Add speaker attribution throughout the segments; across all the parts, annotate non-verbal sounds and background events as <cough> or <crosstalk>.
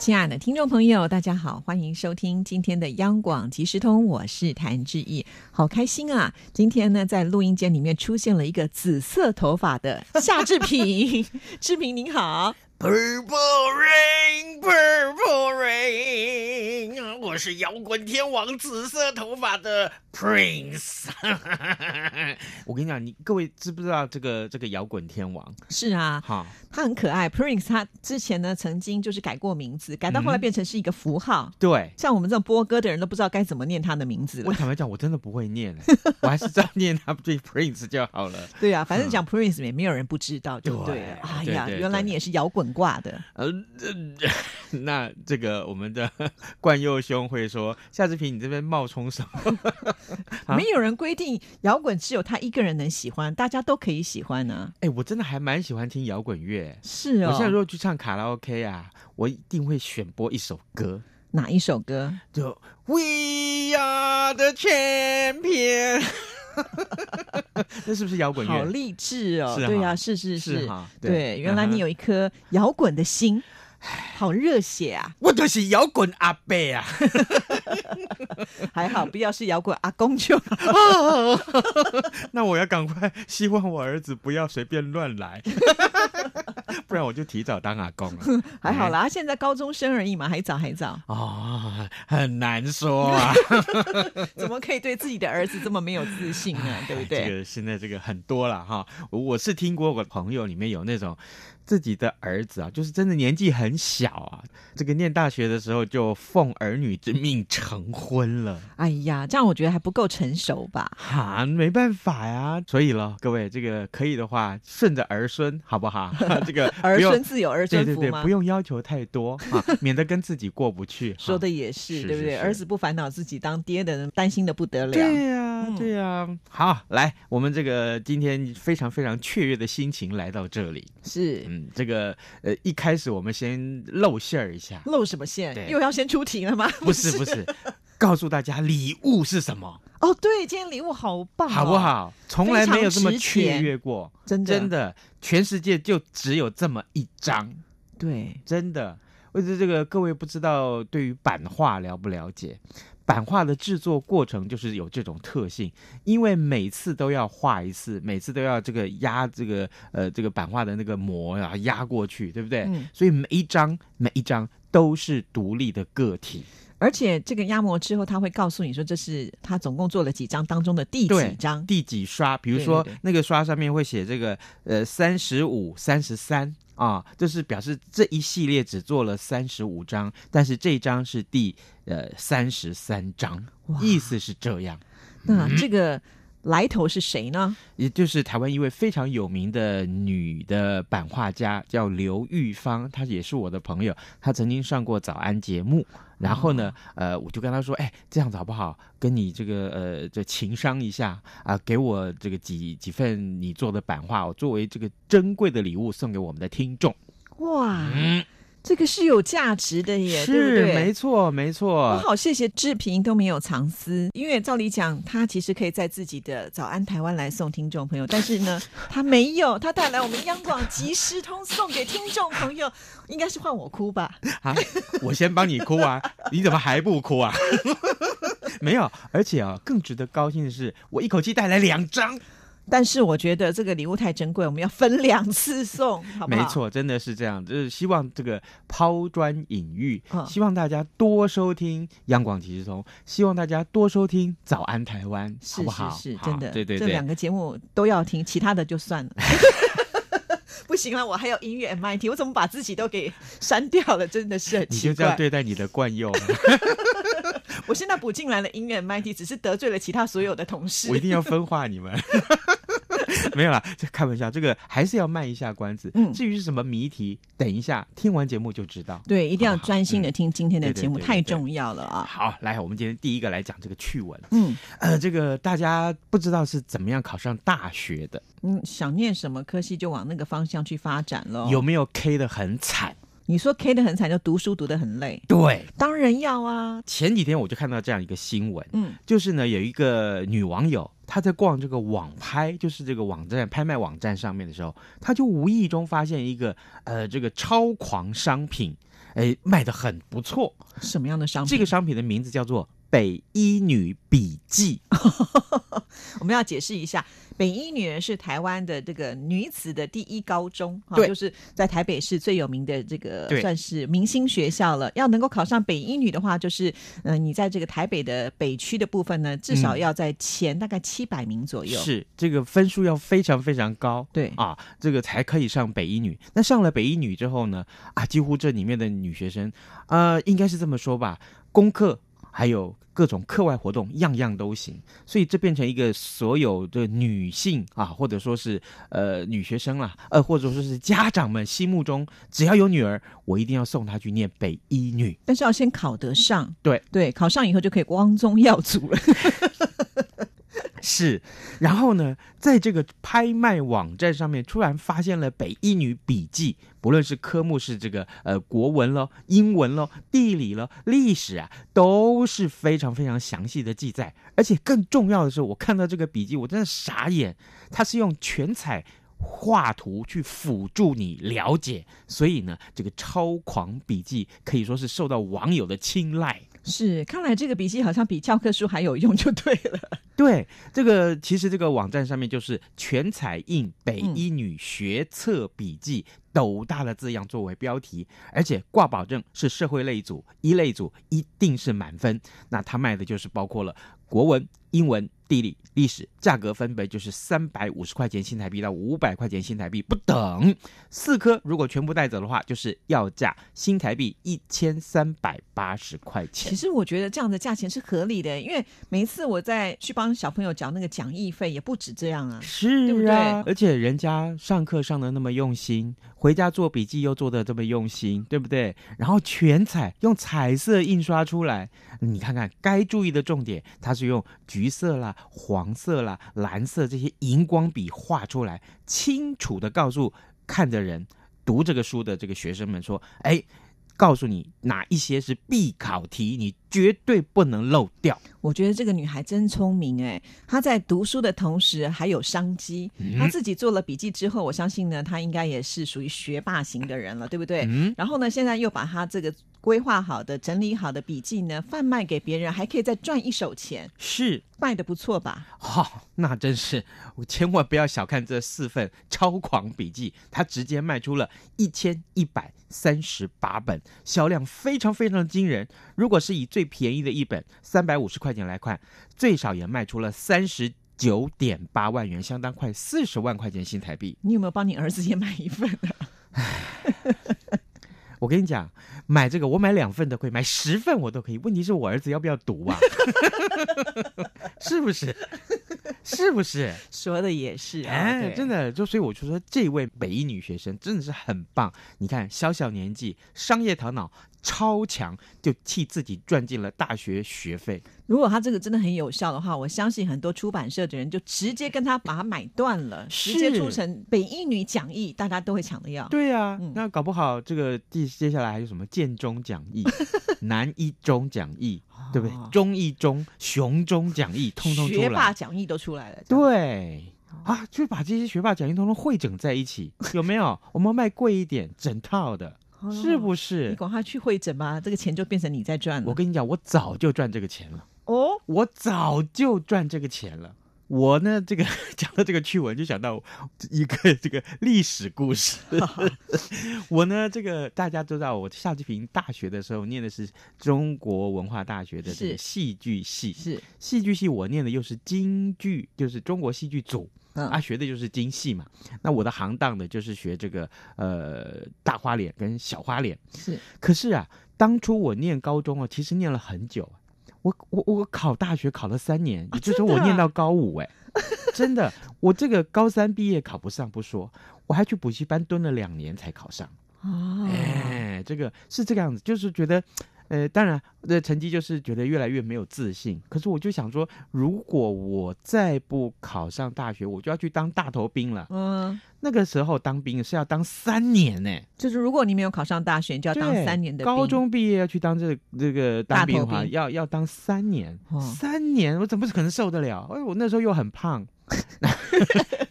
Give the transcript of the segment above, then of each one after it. Speaker 1: 亲爱的听众朋友，大家好，欢迎收听今天的央广即时通，我是谭志毅，好开心啊！今天呢，在录音间里面出现了一个紫色头发的夏志平， <laughs> 志平您好，
Speaker 2: Purple Rain, Purple Rain，我啊是摇滚天王紫色头发的 Prince。我 <laughs> 跟你讲，你各位知不知道这个这个摇滚天王？
Speaker 1: <laughs> 是啊，
Speaker 2: 哈，
Speaker 1: 他很可爱，Prince，他之前呢曾经就是改过名字，改到后来变成是一个符号，
Speaker 2: 对，
Speaker 1: 像我们这种播歌的人都不知道该怎么念他的名字
Speaker 2: 我
Speaker 1: 了。
Speaker 2: 坦白讲，我真的不会念，欸
Speaker 1: <laughs>
Speaker 2: 我还是照念他对 Prince 就好了。
Speaker 1: 对啊，反正讲 Prince 也没有人不知道，就对了。
Speaker 2: 对
Speaker 1: 哎呀，
Speaker 2: 对对
Speaker 1: 原来你也是摇滚挂的，
Speaker 2: 呃，这那这个我们的 <laughs> 冠佑兄会说，夏志平，你这边冒充什么？啊
Speaker 1: 没有人规定摇滚只有他一个人能喜欢，大家都可以喜欢啊呢、
Speaker 2: 哎、我真的还蛮喜欢听摇滚乐。欸
Speaker 1: 是
Speaker 2: 我
Speaker 1: 哦，
Speaker 2: 现在如果去唱卡拉 OK 啊，我一定会选播一首歌，
Speaker 1: 哪一首歌？
Speaker 2: 就 We Are
Speaker 1: <laughs>
Speaker 2: the Champion，那是不是摇滚
Speaker 1: 好
Speaker 2: 乐？
Speaker 1: 励志哦！
Speaker 2: 是哈
Speaker 1: 对啊，是是
Speaker 2: 是哈对
Speaker 1: 对，原来
Speaker 2: 嗯哼
Speaker 1: 你有一颗摇滚的
Speaker 2: <laughs>
Speaker 1: 心，好热血啊！
Speaker 2: 我就是摇滚阿贝啊！
Speaker 1: 还好不要是摇滚阿公就好
Speaker 2: 那我要赶快，希望我儿子不要随便乱来， <laughs> 不然我就提早当阿公了。
Speaker 1: 还好
Speaker 2: 哎
Speaker 1: 啦，现在高中生而已嘛，还早还
Speaker 2: <laughs>
Speaker 1: 早，
Speaker 2: 哦，很难说啊，
Speaker 1: 怎么可以对自己的儿子这么没有自信
Speaker 2: <laughs>
Speaker 1: 呢？ <laughs> 对不
Speaker 2: 这
Speaker 1: 对？
Speaker 2: 个现在这个很多了哈，我我是听过我朋友里面有那种自己的儿子啊，就是真的年纪很小啊，这个念大学的时候就奉儿女之命成婚了。
Speaker 1: 哎呀，这样我觉得还不够成熟吧？
Speaker 2: 哈，没办法呀，所以咯，各位，这个可以的话，顺着儿孙好不好？ <laughs> 这个
Speaker 1: <laughs> 儿
Speaker 2: 不用
Speaker 1: 孙自有儿
Speaker 2: 对
Speaker 1: 孙
Speaker 2: 对
Speaker 1: 福
Speaker 2: 对，
Speaker 1: 嘛
Speaker 2: 不。用要求太多啊，免得跟自己过不去。哈
Speaker 1: 说的也是，
Speaker 2: 是
Speaker 1: 对不对？
Speaker 2: 是是
Speaker 1: 儿子不烦恼自己当爹的人，担心的不得了。
Speaker 2: 对呀、
Speaker 1: 啊
Speaker 2: 对呀、
Speaker 1: 嗯
Speaker 2: 好，来，我们这个今天非常非常雀跃的心情来到这里。
Speaker 1: 是，
Speaker 2: 嗯，这个呃，一开始我们先露馅儿一下
Speaker 1: 露什么馅？
Speaker 2: 对
Speaker 1: 又要先出题了吗？
Speaker 2: <laughs> 不是不是，告诉大家礼物是什么，
Speaker 1: 哦，对，今天礼物好棒、哦，
Speaker 2: 好不？好？从来没有这么雀跃过，
Speaker 1: 真的，
Speaker 2: 真的，全世界就只有这么一张，
Speaker 1: 对，
Speaker 2: 真的。为此，这个各位不知道对于版画了不了解？版画的制作过程就是有这种特性，因为每次都要画一次，每次都要这个压这个呃这个版画的那个模啊压过去，对不对？
Speaker 1: 嗯，
Speaker 2: 所以每一张每一张都是独立的个体。
Speaker 1: 而且这个压模之后，他会告诉你说，这是他总共做了几张当中的第
Speaker 2: 对
Speaker 1: 几张
Speaker 2: 第几刷？比如
Speaker 1: 对
Speaker 2: 说
Speaker 1: 对对
Speaker 2: 那个刷上面会写这个呃三十五、三十三啊，就是表示这一系列只做了三十五张，但是这一张是第呃三十三张
Speaker 1: 哇，
Speaker 2: 意思是这样。嗯
Speaker 1: 那这个来头是谁呢？
Speaker 2: 也就是台湾一位非常有名的女的版画家，叫刘玉芳，她也是我的朋友，她曾经上过早安节目。然后呢，
Speaker 1: 哦
Speaker 2: 呃，我就跟她说，哎，这样子好不好？跟你这个呃，这情商一下啊、给我这个几几份你做的版画，我作为这个珍贵的礼物送给我们的听众。
Speaker 1: 哇，
Speaker 2: 嗯，
Speaker 1: 这个是有价值的耶，对不
Speaker 2: 是，
Speaker 1: 对？哦
Speaker 2: 没错，没
Speaker 1: 我
Speaker 2: 错。
Speaker 1: 好谢谢志平都没有藏私，因为照理讲，他其实可以在自己的早安台湾来送听众朋友，但是
Speaker 2: <laughs>
Speaker 1: 呢，他没有，他带来我们央广即时通送给听众朋友，应该是换我哭吧？
Speaker 2: 啊，我先帮你哭啊，你怎么还不哭啊？ <laughs> 没有，而且啊，更值得高兴的是，我一口气带来两张。
Speaker 1: 但是我觉得这个礼物太珍贵，我们要分两次送，好不好？
Speaker 2: 没，错，真的是这样，就是希望这个抛砖引玉，
Speaker 1: 嗯
Speaker 2: 希望大家多收听央广即时通，希望大家多收听早安台湾，
Speaker 1: 是
Speaker 2: 好不好？
Speaker 1: 是是，
Speaker 2: 好
Speaker 1: 真的，
Speaker 2: 对对
Speaker 1: 这
Speaker 2: 对
Speaker 1: 两。个节目都要听，其他的就
Speaker 2: <laughs>
Speaker 1: 算了。不行了，我还有音乐 MIT，我怎么把自己都给删掉了？真的是很
Speaker 2: 你
Speaker 1: 奇
Speaker 2: 就这样
Speaker 1: 怪。
Speaker 2: 对待你的惯用， <laughs>
Speaker 1: 我现在补进来了音乐 MIT，只是得罪了其他所有的同事
Speaker 2: 我一。定要分化你们。 <laughs> 没有啦，这开玩笑，这个还是要卖一下关子。
Speaker 1: 嗯
Speaker 2: 至于是什么谜题，等一下听完节目就知道。
Speaker 1: 对，一定要
Speaker 2: 好好
Speaker 1: 专心的
Speaker 2: 嗯
Speaker 1: 听今天的
Speaker 2: 对对
Speaker 1: 节目，
Speaker 2: 对对
Speaker 1: 太
Speaker 2: 对
Speaker 1: 重要了啊！
Speaker 2: 好，来，我们今天第一个来讲这个趣闻。
Speaker 1: 嗯
Speaker 2: 呃，这个大家不知道是怎么样考上大学的，
Speaker 1: 嗯，想念什么科系就往那个方向去发展喽。
Speaker 2: 有没有 K 的很惨？
Speaker 1: 你说 K 的很惨，就读书读得很累，
Speaker 2: 对，
Speaker 1: 当然要啊。
Speaker 2: 前几天我就看到这样一个新闻，
Speaker 1: 嗯
Speaker 2: 就是呢，有一个女网友，她在逛这个网拍，就是这个网站拍卖网站上面的时候，她就无意中发现一个呃这个超狂商品，哎，卖的很不错。
Speaker 1: 什么样的商品？
Speaker 2: 这个商品的名字叫做北一女笔记，
Speaker 1: <laughs> 我们要解释一下，北一女是台湾的这个女子的第一高中，哈、
Speaker 2: 对
Speaker 1: 就是在台北市最有名的这个
Speaker 2: 对
Speaker 1: 算是明星学校了。要能够考上北一女的话，就是嗯、呃你在这个台北的北区的部分呢，至少
Speaker 2: 嗯
Speaker 1: 要在前大概七百名左右。
Speaker 2: 是这个分数要非常非常高。
Speaker 1: 对
Speaker 2: 啊，这个才可以上北一女。那上了北一女之后呢，啊，几乎这里面的女学生，呃，应该是这么说吧，功课还有各种课外活动，样样都行。所以这变成一个所有的女性啊，或者说是呃女学生啦，呃，或者说是家长们心目中，只要有女儿，我一定要送她去念北一女。
Speaker 1: 但是要先考得上，
Speaker 2: 对
Speaker 1: 对，考上以后就可以光宗耀祖了。 <laughs>
Speaker 2: 是，然后呢，在这个拍卖网站上面，突然发现了北一女笔记，不论是科目是这个呃国文咯、英文咯、地理咯、历史啊，都是非常非常详细的记载。而且更重要的是，我看到这个笔记，我真的傻眼，它是用全彩。画图去辅助你了解，所以呢，这个超狂笔记可以说是受到网友的青睐。
Speaker 1: 是，看来这个笔记好像比教科书还有用，就对了。
Speaker 2: 对，这个其实这个网站上面就是全彩印北一女学测笔记，斗大的字样作为标题，而且挂保证是社会类组一类组一定是满分。那它卖的就是包括了国文、英文、地理、历史，价格分别就是三百五十块钱新台币到五百块钱新台币不等。四科如果全部带走的话，就是要价新台币一千三百八十块钱
Speaker 1: 其。实我觉得这样的价钱是合理的，因为每一次我在去帮小朋友缴那个讲义费，也不止这样啊。
Speaker 2: 是
Speaker 1: 对不
Speaker 2: 啊，
Speaker 1: 对
Speaker 2: 而且人家上课上的那么用心，回家做笔记又做的这么用心，对不对？然后全彩用彩色印刷出来，你看看该注意的重点，它是用橘色啦、黄色啦、蓝色这些荧光笔画出来，清楚的告诉看的人、读这个书的这个学生们说，哎。告诉你哪一些是必考题，你绝对不能漏掉。
Speaker 1: 我觉得这个女孩真聪明哎，她在读书的同时还有商机。
Speaker 2: 嗯
Speaker 1: 她自己做了笔记之后，我相信呢，她应该也是属于学霸型的人了，对不对？
Speaker 2: 嗯，
Speaker 1: 然后呢，现在又把她这个规划好的、整理好的笔记呢，贩卖给别人，还可以再赚一手钱，
Speaker 2: 是
Speaker 1: 卖的不错吧？
Speaker 2: 哈、 <laughs> 那真是，我千万不要小看这四份超狂笔记，它直接卖出了一千一百三十八本，销量非常非常惊人。如果是以最便宜的一本三百五十块钱来看，最少也卖出了三十九点八万元，相当快四十万块钱新台币。
Speaker 1: 你有没有帮你儿子也买一
Speaker 2: <laughs>
Speaker 1: 份啊？
Speaker 2: 我跟你讲，买这个我买两份都可以，买十份我都可以。问题是我儿子要不要读啊？ <laughs> 是不是？是不是？
Speaker 1: 说的也是啊，
Speaker 2: 哎，
Speaker 1: 对
Speaker 2: 真的，就所以我就说，这位北医女学生真的是很棒。你看，小小年纪，商业头脑超强，就替自己赚进了大学学费。
Speaker 1: 如果他这个真的很有效的话，我相信很多出版社的人就直接跟他把它买断了，
Speaker 2: 是
Speaker 1: 直接出成北一女讲义，大家都会抢着要。
Speaker 2: 对啊，
Speaker 1: 嗯
Speaker 2: 那搞不好这个接接下来还有什么建中讲 <laughs> 义、南一中讲义，对不对
Speaker 1: 哦？
Speaker 2: 中一中、雄中讲义，通通出
Speaker 1: 学霸
Speaker 2: 来。
Speaker 1: 讲义都出来了。这样，
Speaker 2: 对。啊，就把这些学霸讲义通通汇整在一 <laughs> 起，有没有？我们卖贵一点，整套的，
Speaker 1: 哦
Speaker 2: 是不是？
Speaker 1: 你管他去会诊吧，这个钱就变成你在赚了。
Speaker 2: 我跟你讲，我早就赚这个钱了。
Speaker 1: 哦，
Speaker 2: 我早就赚这个钱了。我呢，这个 <laughs> 讲到这个趣闻，就想到一个这个历史故事。我呢，这个大家都知道，我夏志平大学的时候念的是中国文化大学的这
Speaker 1: 是
Speaker 2: 个戏剧系，
Speaker 1: 是，
Speaker 2: 戏剧系我念的又是京剧，就是中国戏剧组
Speaker 1: 嗯
Speaker 2: 啊，学的就是京戏嘛。那我的行当呢，就是学这个呃大花脸跟小花脸。
Speaker 1: 是
Speaker 2: 可是啊，当初我念高中啊，其实念了很久啊。我我我考大学考了三年，也就是
Speaker 1: 真
Speaker 2: 说
Speaker 1: 的
Speaker 2: 我
Speaker 1: 啊
Speaker 2: 念到高五、哎、 <laughs> 真的，我这个高三毕业考不上不说，我还去补习班蹲了两年才考上。
Speaker 1: 哦，
Speaker 2: 哎，这个是这个样子，就是觉得，呃，当然，这成绩就是觉得越来越没有自信。可是我就想说，如果我再不考上大学，我就要去当大头兵了。
Speaker 1: 嗯，
Speaker 2: 那个时候当兵是要当三年哎呢、
Speaker 1: 就是如果你没有考上大学，你就要当
Speaker 2: 对
Speaker 1: 三年的兵
Speaker 2: 高，中毕业要去当这个这个
Speaker 1: 大
Speaker 2: 当
Speaker 1: 头
Speaker 2: 兵的话，
Speaker 1: 兵
Speaker 2: 要要当三年，
Speaker 1: 哦
Speaker 2: 三年我怎么可能受得了？哎，我那时候又很胖， <laughs>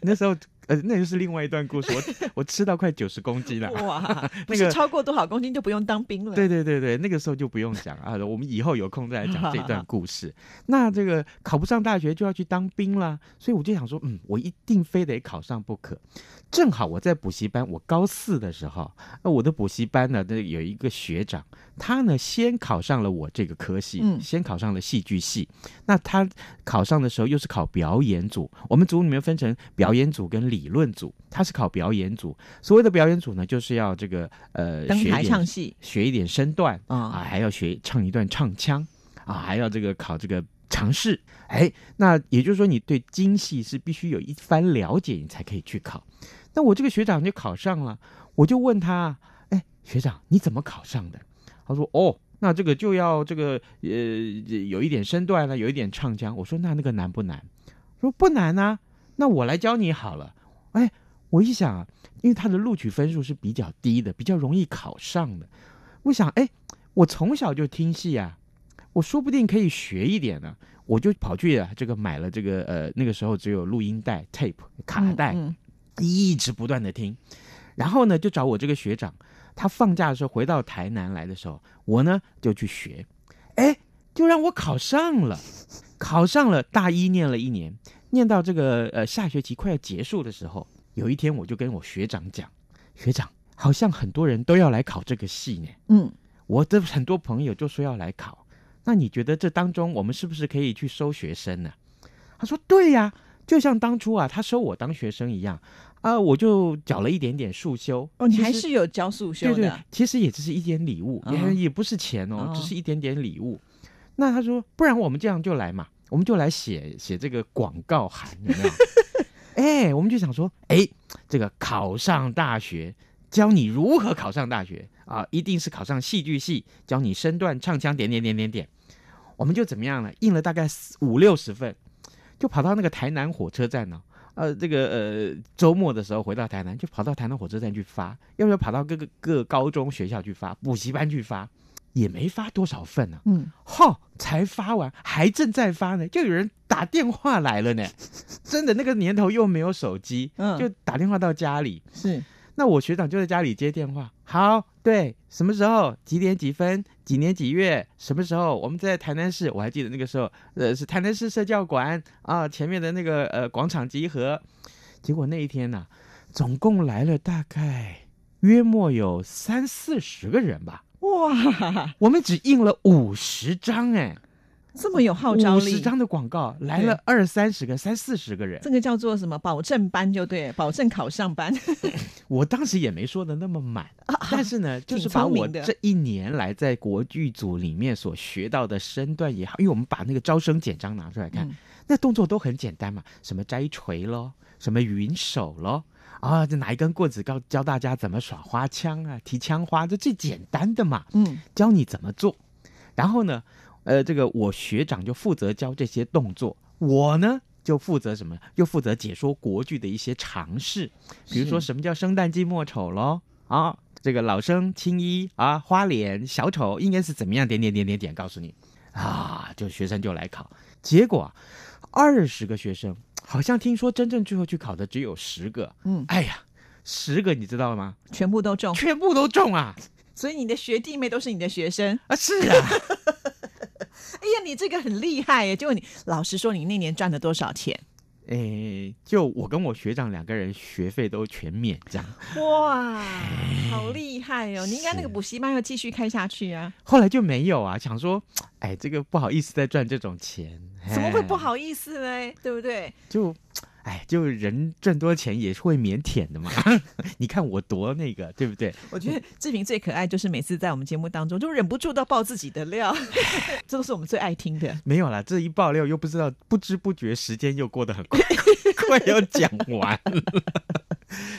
Speaker 2: 那时候呃，那就是另外一段故事。我 <laughs> 我吃到快九十公斤了， <laughs>
Speaker 1: 哇，不
Speaker 2: 那
Speaker 1: 是
Speaker 2: 个
Speaker 1: 超过多少公斤就不用当兵了。
Speaker 2: 对对对对，那个时候就不用讲啊，我们以后有空再来讲这段故事。
Speaker 1: <laughs>
Speaker 2: 那这个考不上大学就要去当兵啦，所以我就想说，嗯，我一定非得考上不可。正好我在补习班，我高四的时候，那我的补习班呢，那有一个学长，他呢先考上了我这个科系，
Speaker 1: 嗯
Speaker 2: 先考上了戏剧系。那他考上的时候又是考表演组，我们组里面分成表演组跟理论组，他是考表演组。所谓的表演组呢，就是要这个呃
Speaker 1: 登
Speaker 2: 学
Speaker 1: 台
Speaker 2: 点
Speaker 1: 唱戏
Speaker 2: 学一点身段啊，
Speaker 1: 啊，
Speaker 2: 还要学唱一段唱腔啊，还要这个考这个尝试。哎，那也就是说，你对京戏是必须有一番了解，你才可以去考。那我这个学长就考上了，我就问他，哎，学长你怎么考上的？他说，哦。那这个就要这个呃有一点身段了，有一点唱腔。我说那那个难不难？说不难啊，那我来教你好了。哎，我一想啊，因为他的录取分数是比较低的，比较容易考上的。我想，哎，我从小就听戏啊，我说不定可以学一点呢、我就跑去啊，这个买了这个呃，那个时候只有录音带 tape 卡带，
Speaker 1: 嗯嗯
Speaker 2: 一直不断的听。然后呢，就找我这个学长，他放假的时候回到台南来的时候，我呢就去学，哎，就让我考上了，考上了大一念了一年，念到这个呃下学期快要结束的时候，有一天我就跟我学长讲，学长，好像很多人都要来考这个系呢，
Speaker 1: 嗯，
Speaker 2: 我的很多朋友就说要来考，那你觉得这当中我们是不是可以去收学生呢、他说对呀、就像当初啊他收我当学生一样，啊、我就缴了一点点束修。
Speaker 1: 哦，你
Speaker 2: 其
Speaker 1: 还
Speaker 2: 实
Speaker 1: 是有教速修
Speaker 2: 对对
Speaker 1: 的，，
Speaker 2: 其实也只是一点礼物，也、
Speaker 1: 哦
Speaker 2: 也不是钱哦，
Speaker 1: 哦
Speaker 2: 只是一点点礼物。那他说，不然我们这样就来嘛，我们就来写写这个广告函，有没有？哎，我们就想说，哎，这个考上大学，教你如何考上大学啊，一定是考上戏剧系，教你身段、唱腔，点点点点点。我们就怎么样呢？印了大概四五六十份，就跑到那个台南火车站呢、呃，这个呃，周末的时候回到台南，就跑到台南火车站去发，要不要跑到各个各高中学校去发，补习班去发，也没发多少份呢、
Speaker 1: 嗯，
Speaker 2: 吼、才发完，还正在发呢，就有人打电话来了呢。真的，那个年头又没有手机，
Speaker 1: 嗯
Speaker 2: 就打电话到家里。
Speaker 1: 是
Speaker 2: 那我学长就在家里接电话。好，对，什么时候？几点几分？几年几月？什么时候？我们在台南市，我还记得那个时候，呃，是台南市社教馆啊、前面的那个呃广场集合。结果那一天呢、总共来了大概约莫有三四十个人吧，
Speaker 1: 哇，
Speaker 2: 我们只印了五十张哎，
Speaker 1: 这么有号召
Speaker 2: 五十
Speaker 1: 力，
Speaker 2: 张的广告来了二三十个、三四十个人。
Speaker 1: 这个叫做什么保证班就对了，保证考上班，
Speaker 2: 我当时也没说的那么满，但是呢，
Speaker 1: 啊挺
Speaker 2: 就是把
Speaker 1: 聪
Speaker 2: 我
Speaker 1: 明的
Speaker 2: 这一年来在国剧组里面所学到的身段也好，因为我们把那个招生简章拿出来看，
Speaker 1: 嗯
Speaker 2: 那动作都很简单嘛，什么摘锤咯，什么云手咯。啊，就拿一根棍子告教大家怎么耍花枪啊，提枪花，这最简单的嘛。
Speaker 1: 嗯，
Speaker 2: 教你怎么做。然后呢，呃，这个我学长就负责教这些动作，我呢就负责什么？又负责解说国剧的一些常识，比如说
Speaker 1: 是
Speaker 2: 什么叫生旦净末丑喽啊，这个老生、青衣啊、花脸、小丑应该是怎么样？点点点点点，告诉你啊，就学生就来考，结果啊二十个学生，好像听说真正最后去考的只有十个，
Speaker 1: 嗯，
Speaker 2: 哎呀，十个你知道吗？
Speaker 1: 全部都中，
Speaker 2: 全部都中啊！
Speaker 1: 所以你的学弟妹都是你的学生。
Speaker 2: 啊，是 <laughs> 啊。
Speaker 1: 哎呀，你这个很厉害耶！结果你老实说，你那年赚了多少钱？
Speaker 2: 诶，就我跟我学长两个人学费都全免这样，
Speaker 1: 哇，好厉害哦！你应该
Speaker 2: 是
Speaker 1: 那个补习班要继续开下去啊，
Speaker 2: 后来就没有啊，想说，哎，这个不好意思再赚这种钱，
Speaker 1: 怎么会不
Speaker 2: 哎？
Speaker 1: 好意思呢？对不对？
Speaker 2: 就，哎，就人挣多钱也是会腼腆的嘛。 <laughs> 你看我多那个，对不对？
Speaker 1: 我觉得志平最可爱，就是每次在我们节目当中就忍不住到爆自己的料，这都是我们最爱听的。
Speaker 2: 没有啦，这一爆料又不知道，不知不觉时间又过得很
Speaker 1: <laughs>
Speaker 2: 快，快要讲完了。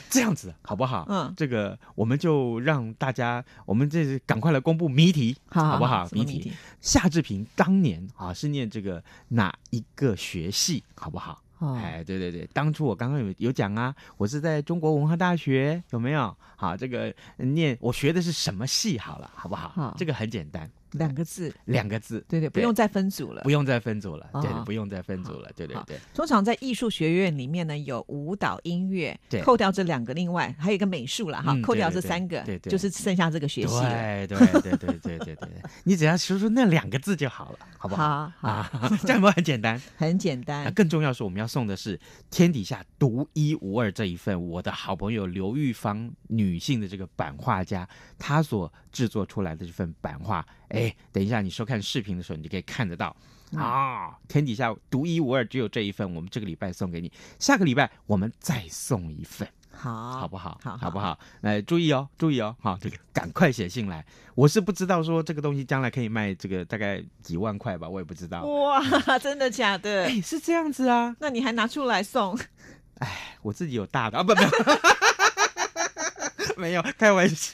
Speaker 2: 这样子好不好？
Speaker 1: 嗯
Speaker 2: 这个我们就让大家，我们这是赶快来公布谜题，
Speaker 1: 好
Speaker 2: 不好？
Speaker 1: 什么谜
Speaker 2: 题
Speaker 1: 题，
Speaker 2: 夏志平当年啊是念这个哪一个学系，好不好？
Speaker 1: 哦
Speaker 2: 哎，对对对，当初我刚刚有有讲啊，我是在中国文化大学，有没有？好，这个嗯念我学的是什么系？好了，好不好？
Speaker 1: 好
Speaker 2: 这个很简单，
Speaker 1: 两个字，
Speaker 2: 两个字，
Speaker 1: 对对，不用再分组了
Speaker 2: 不。用再分组了，对
Speaker 1: 哦
Speaker 2: 对，不用再分组了，对对
Speaker 1: 好
Speaker 2: 对，
Speaker 1: 通常在艺术学院里面呢，有舞蹈、音乐，
Speaker 2: 对
Speaker 1: 扣掉这两个，另外还有一个美术了哈，
Speaker 2: 嗯
Speaker 1: 扣掉
Speaker 2: 对
Speaker 1: 这
Speaker 2: 对
Speaker 1: 三个，
Speaker 2: 对对
Speaker 1: 就是剩下这个学系了。
Speaker 2: 对对对对对对对，你只要说出那两个字就好了，好不好？
Speaker 1: 好好，哎
Speaker 2: 啊， <laughs> 这样有没有很
Speaker 1: <laughs>
Speaker 2: 简单？
Speaker 1: 很简
Speaker 2: 那
Speaker 1: 单。
Speaker 2: 更重要是，我们要送的是天底下独一无二这一份我的好朋友刘玉芳女性的这个版画家，她所制作出来的这份版画。哎，等一下你收看视频的时候，你就可以看得到
Speaker 1: 嗯
Speaker 2: 啊、天底下独一无二，只有这一份。我们这个礼拜送给你，下个礼拜我们再送一份，
Speaker 1: 好，
Speaker 2: 好不好？
Speaker 1: 啊好
Speaker 2: 好不好？哎，注意哦，注意哦，好，这个赶快写信来。我是不知道说这个东西将来可以卖这个大概几万块吧，我也不知道。
Speaker 1: 哦哇，真的假的？
Speaker 2: 哎，是这样子啊，
Speaker 1: 那你还拿出来送？ <laughs>
Speaker 2: 我自己有大的啊，不 <laughs> 不，没有开玩笑，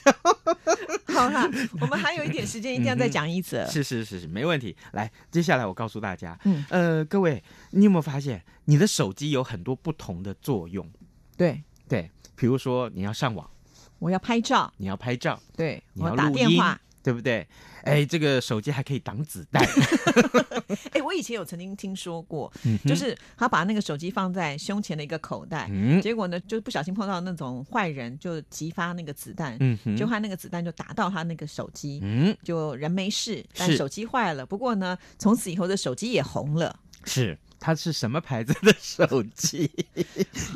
Speaker 1: 好啦，我们还有一点时间，一定要再讲一则。
Speaker 2: <laughs> 是是是是，没问题。来，接下来我告诉大家，
Speaker 1: 呃嗯
Speaker 2: 呃，各位，你有没有发现你的手机有很多不同的作用？
Speaker 1: 对，
Speaker 2: 对，比如说你要上网，
Speaker 1: 我要拍照，
Speaker 2: 你要拍照，
Speaker 1: 对
Speaker 2: 你
Speaker 1: 我
Speaker 2: 要
Speaker 1: 打
Speaker 2: 录
Speaker 1: 电
Speaker 2: 音
Speaker 1: 话。。
Speaker 2: 对不对？哎，这个手机还可以挡子弹，
Speaker 1: 哎，我以前有曾经听说过，就是他把那个手机放在胸前的一个口袋，
Speaker 2: 嗯
Speaker 1: 结果呢，就不小心碰到那种坏人，就急发那个子弹，
Speaker 2: 嗯哼
Speaker 1: 就他那个子弹就打到他那个手机，
Speaker 2: 嗯，
Speaker 1: 就人没事，但
Speaker 2: 是
Speaker 1: 手机坏了。不过呢，从此以后这手机也红
Speaker 2: <laughs>
Speaker 1: 了，
Speaker 2: 是它是什么牌子的手机？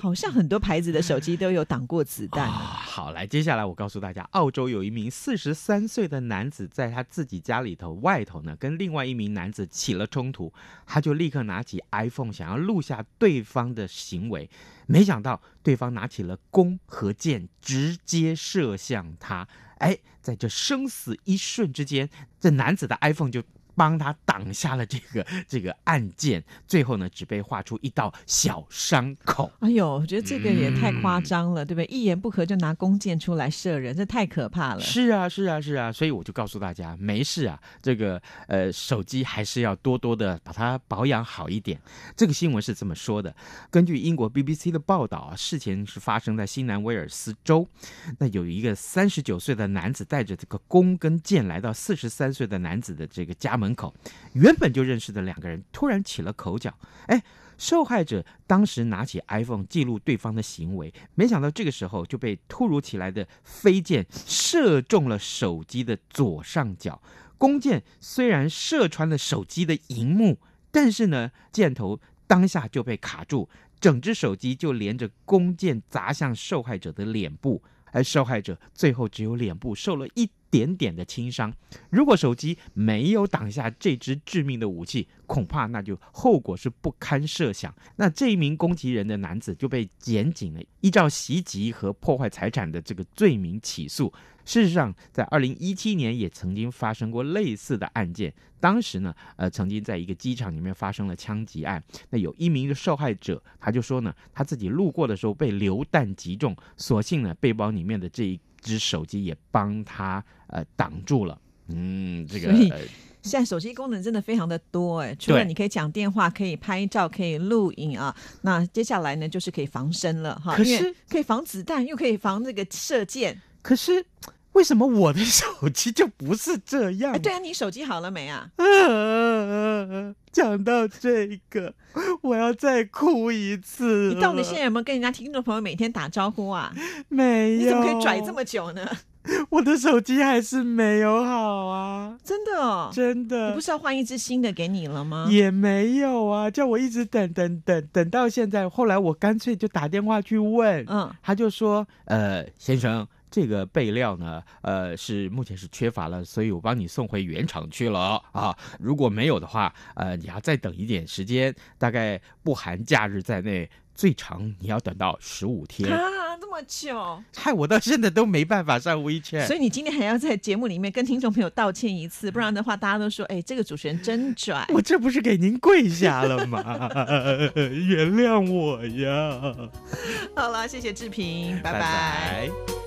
Speaker 1: 好像很多牌子的手机都有挡过子弹。
Speaker 2: 啊、好，来，接下来我告诉大家，澳洲有一名四十三岁的男子，在他自己家里头外头呢，跟另外一名男子起了冲突，他就立刻拿起 iPhone 想要录下对方的行为，没想到对方拿起了弓和箭，直接射向他。哎，在这生死一瞬之间，这男子的 iPhone 就。帮他挡下了这个这个案件，最后呢，只被划出一道小伤口。
Speaker 1: 哎呦，我觉得这个也太夸张
Speaker 2: 嗯
Speaker 1: 了，对不对？一言不合就拿弓箭出来射人，这太可怕了。
Speaker 2: 是啊，是啊，是啊，所以我就告诉大家，没事啊，这个呃，手机还是要多多的把它保养好一点。这个新闻是这么说的：根据英国 BBC 的报道啊，事情是发生在新南威尔斯州，那有一个三十九岁的男子带着这个弓跟箭来到四十三岁的男子的这个家门口，原本就认识的两个人突然起了口角，哎。受害者当时拿起 iPhone 记录对方的行为，没想到这个时候就被突如其来的飞箭射中了手机的左上角。弓箭虽然射穿了手机的荧幕，但是呢，箭头当下就被卡住，整只手机就连着弓箭砸向受害者的脸部，而受害者最后只有脸部受了一点点的轻伤。如果手机没有挡下这支致命的武器，恐怕那就后果是不堪设想。那这一名攻击人的男子就被检警呢依照袭击和破坏财产的这个罪名起诉。事实上，在二零一七年也曾经发生过类似的案件。当时呢，呃，曾经在一个机场里面发生了枪击案。那有一名的受害者，他就说呢，他自己路过的时候被流弹击中，所幸呢，背包里面的这一只手机也帮他呃挡住了。嗯，这
Speaker 1: 所
Speaker 2: 个
Speaker 1: 以
Speaker 2: 呃
Speaker 1: 现在手机功能真的非常的多哎，除了你可以讲电话、可以拍照、可以录影啊，那接下来呢就是可以防身了哈，
Speaker 2: 可是
Speaker 1: 因为可以防子弹，又可以防那个射箭。
Speaker 2: 可是为什么我的手机就不是这样？
Speaker 1: 哎，对啊，你手机好了没啊？
Speaker 2: 啊，讲到这个，我要再哭一次
Speaker 1: <laughs>
Speaker 2: 了。
Speaker 1: 你到底现在有没有跟人家听众朋友每天打招呼 <laughs> 啊？
Speaker 2: 没有？
Speaker 1: 你怎么可以拽这？么久呢？
Speaker 2: 我的手机还是没有好啊，
Speaker 1: <laughs> 真的哦，
Speaker 2: 真
Speaker 1: 你
Speaker 2: 的。
Speaker 1: 不是要换一只新的给你了吗？
Speaker 2: 也没有啊，叫我一直等等等等到现在。后来我干脆就打电话去问，
Speaker 1: 嗯，
Speaker 2: 他就说：“呃，先生，这个备料呢，呃，是目前是缺乏了，所以我帮你送回原厂去了啊。如果没有的话，呃，你要再等一点时间，大概不含假日在内，最长你要等到十五天。
Speaker 1: 啊，这么久，
Speaker 2: 害我到现在都没办法上 WeChat。
Speaker 1: 所以你今天还要在节目里面跟听众朋友道歉一次，不然的话大家都说，哎，这个主持人真拽。
Speaker 2: 我这不是给您跪下了吗？ <laughs> 原谅我呀！
Speaker 1: 好了，谢谢志平，拜
Speaker 2: 拜
Speaker 1: 拜
Speaker 2: 拜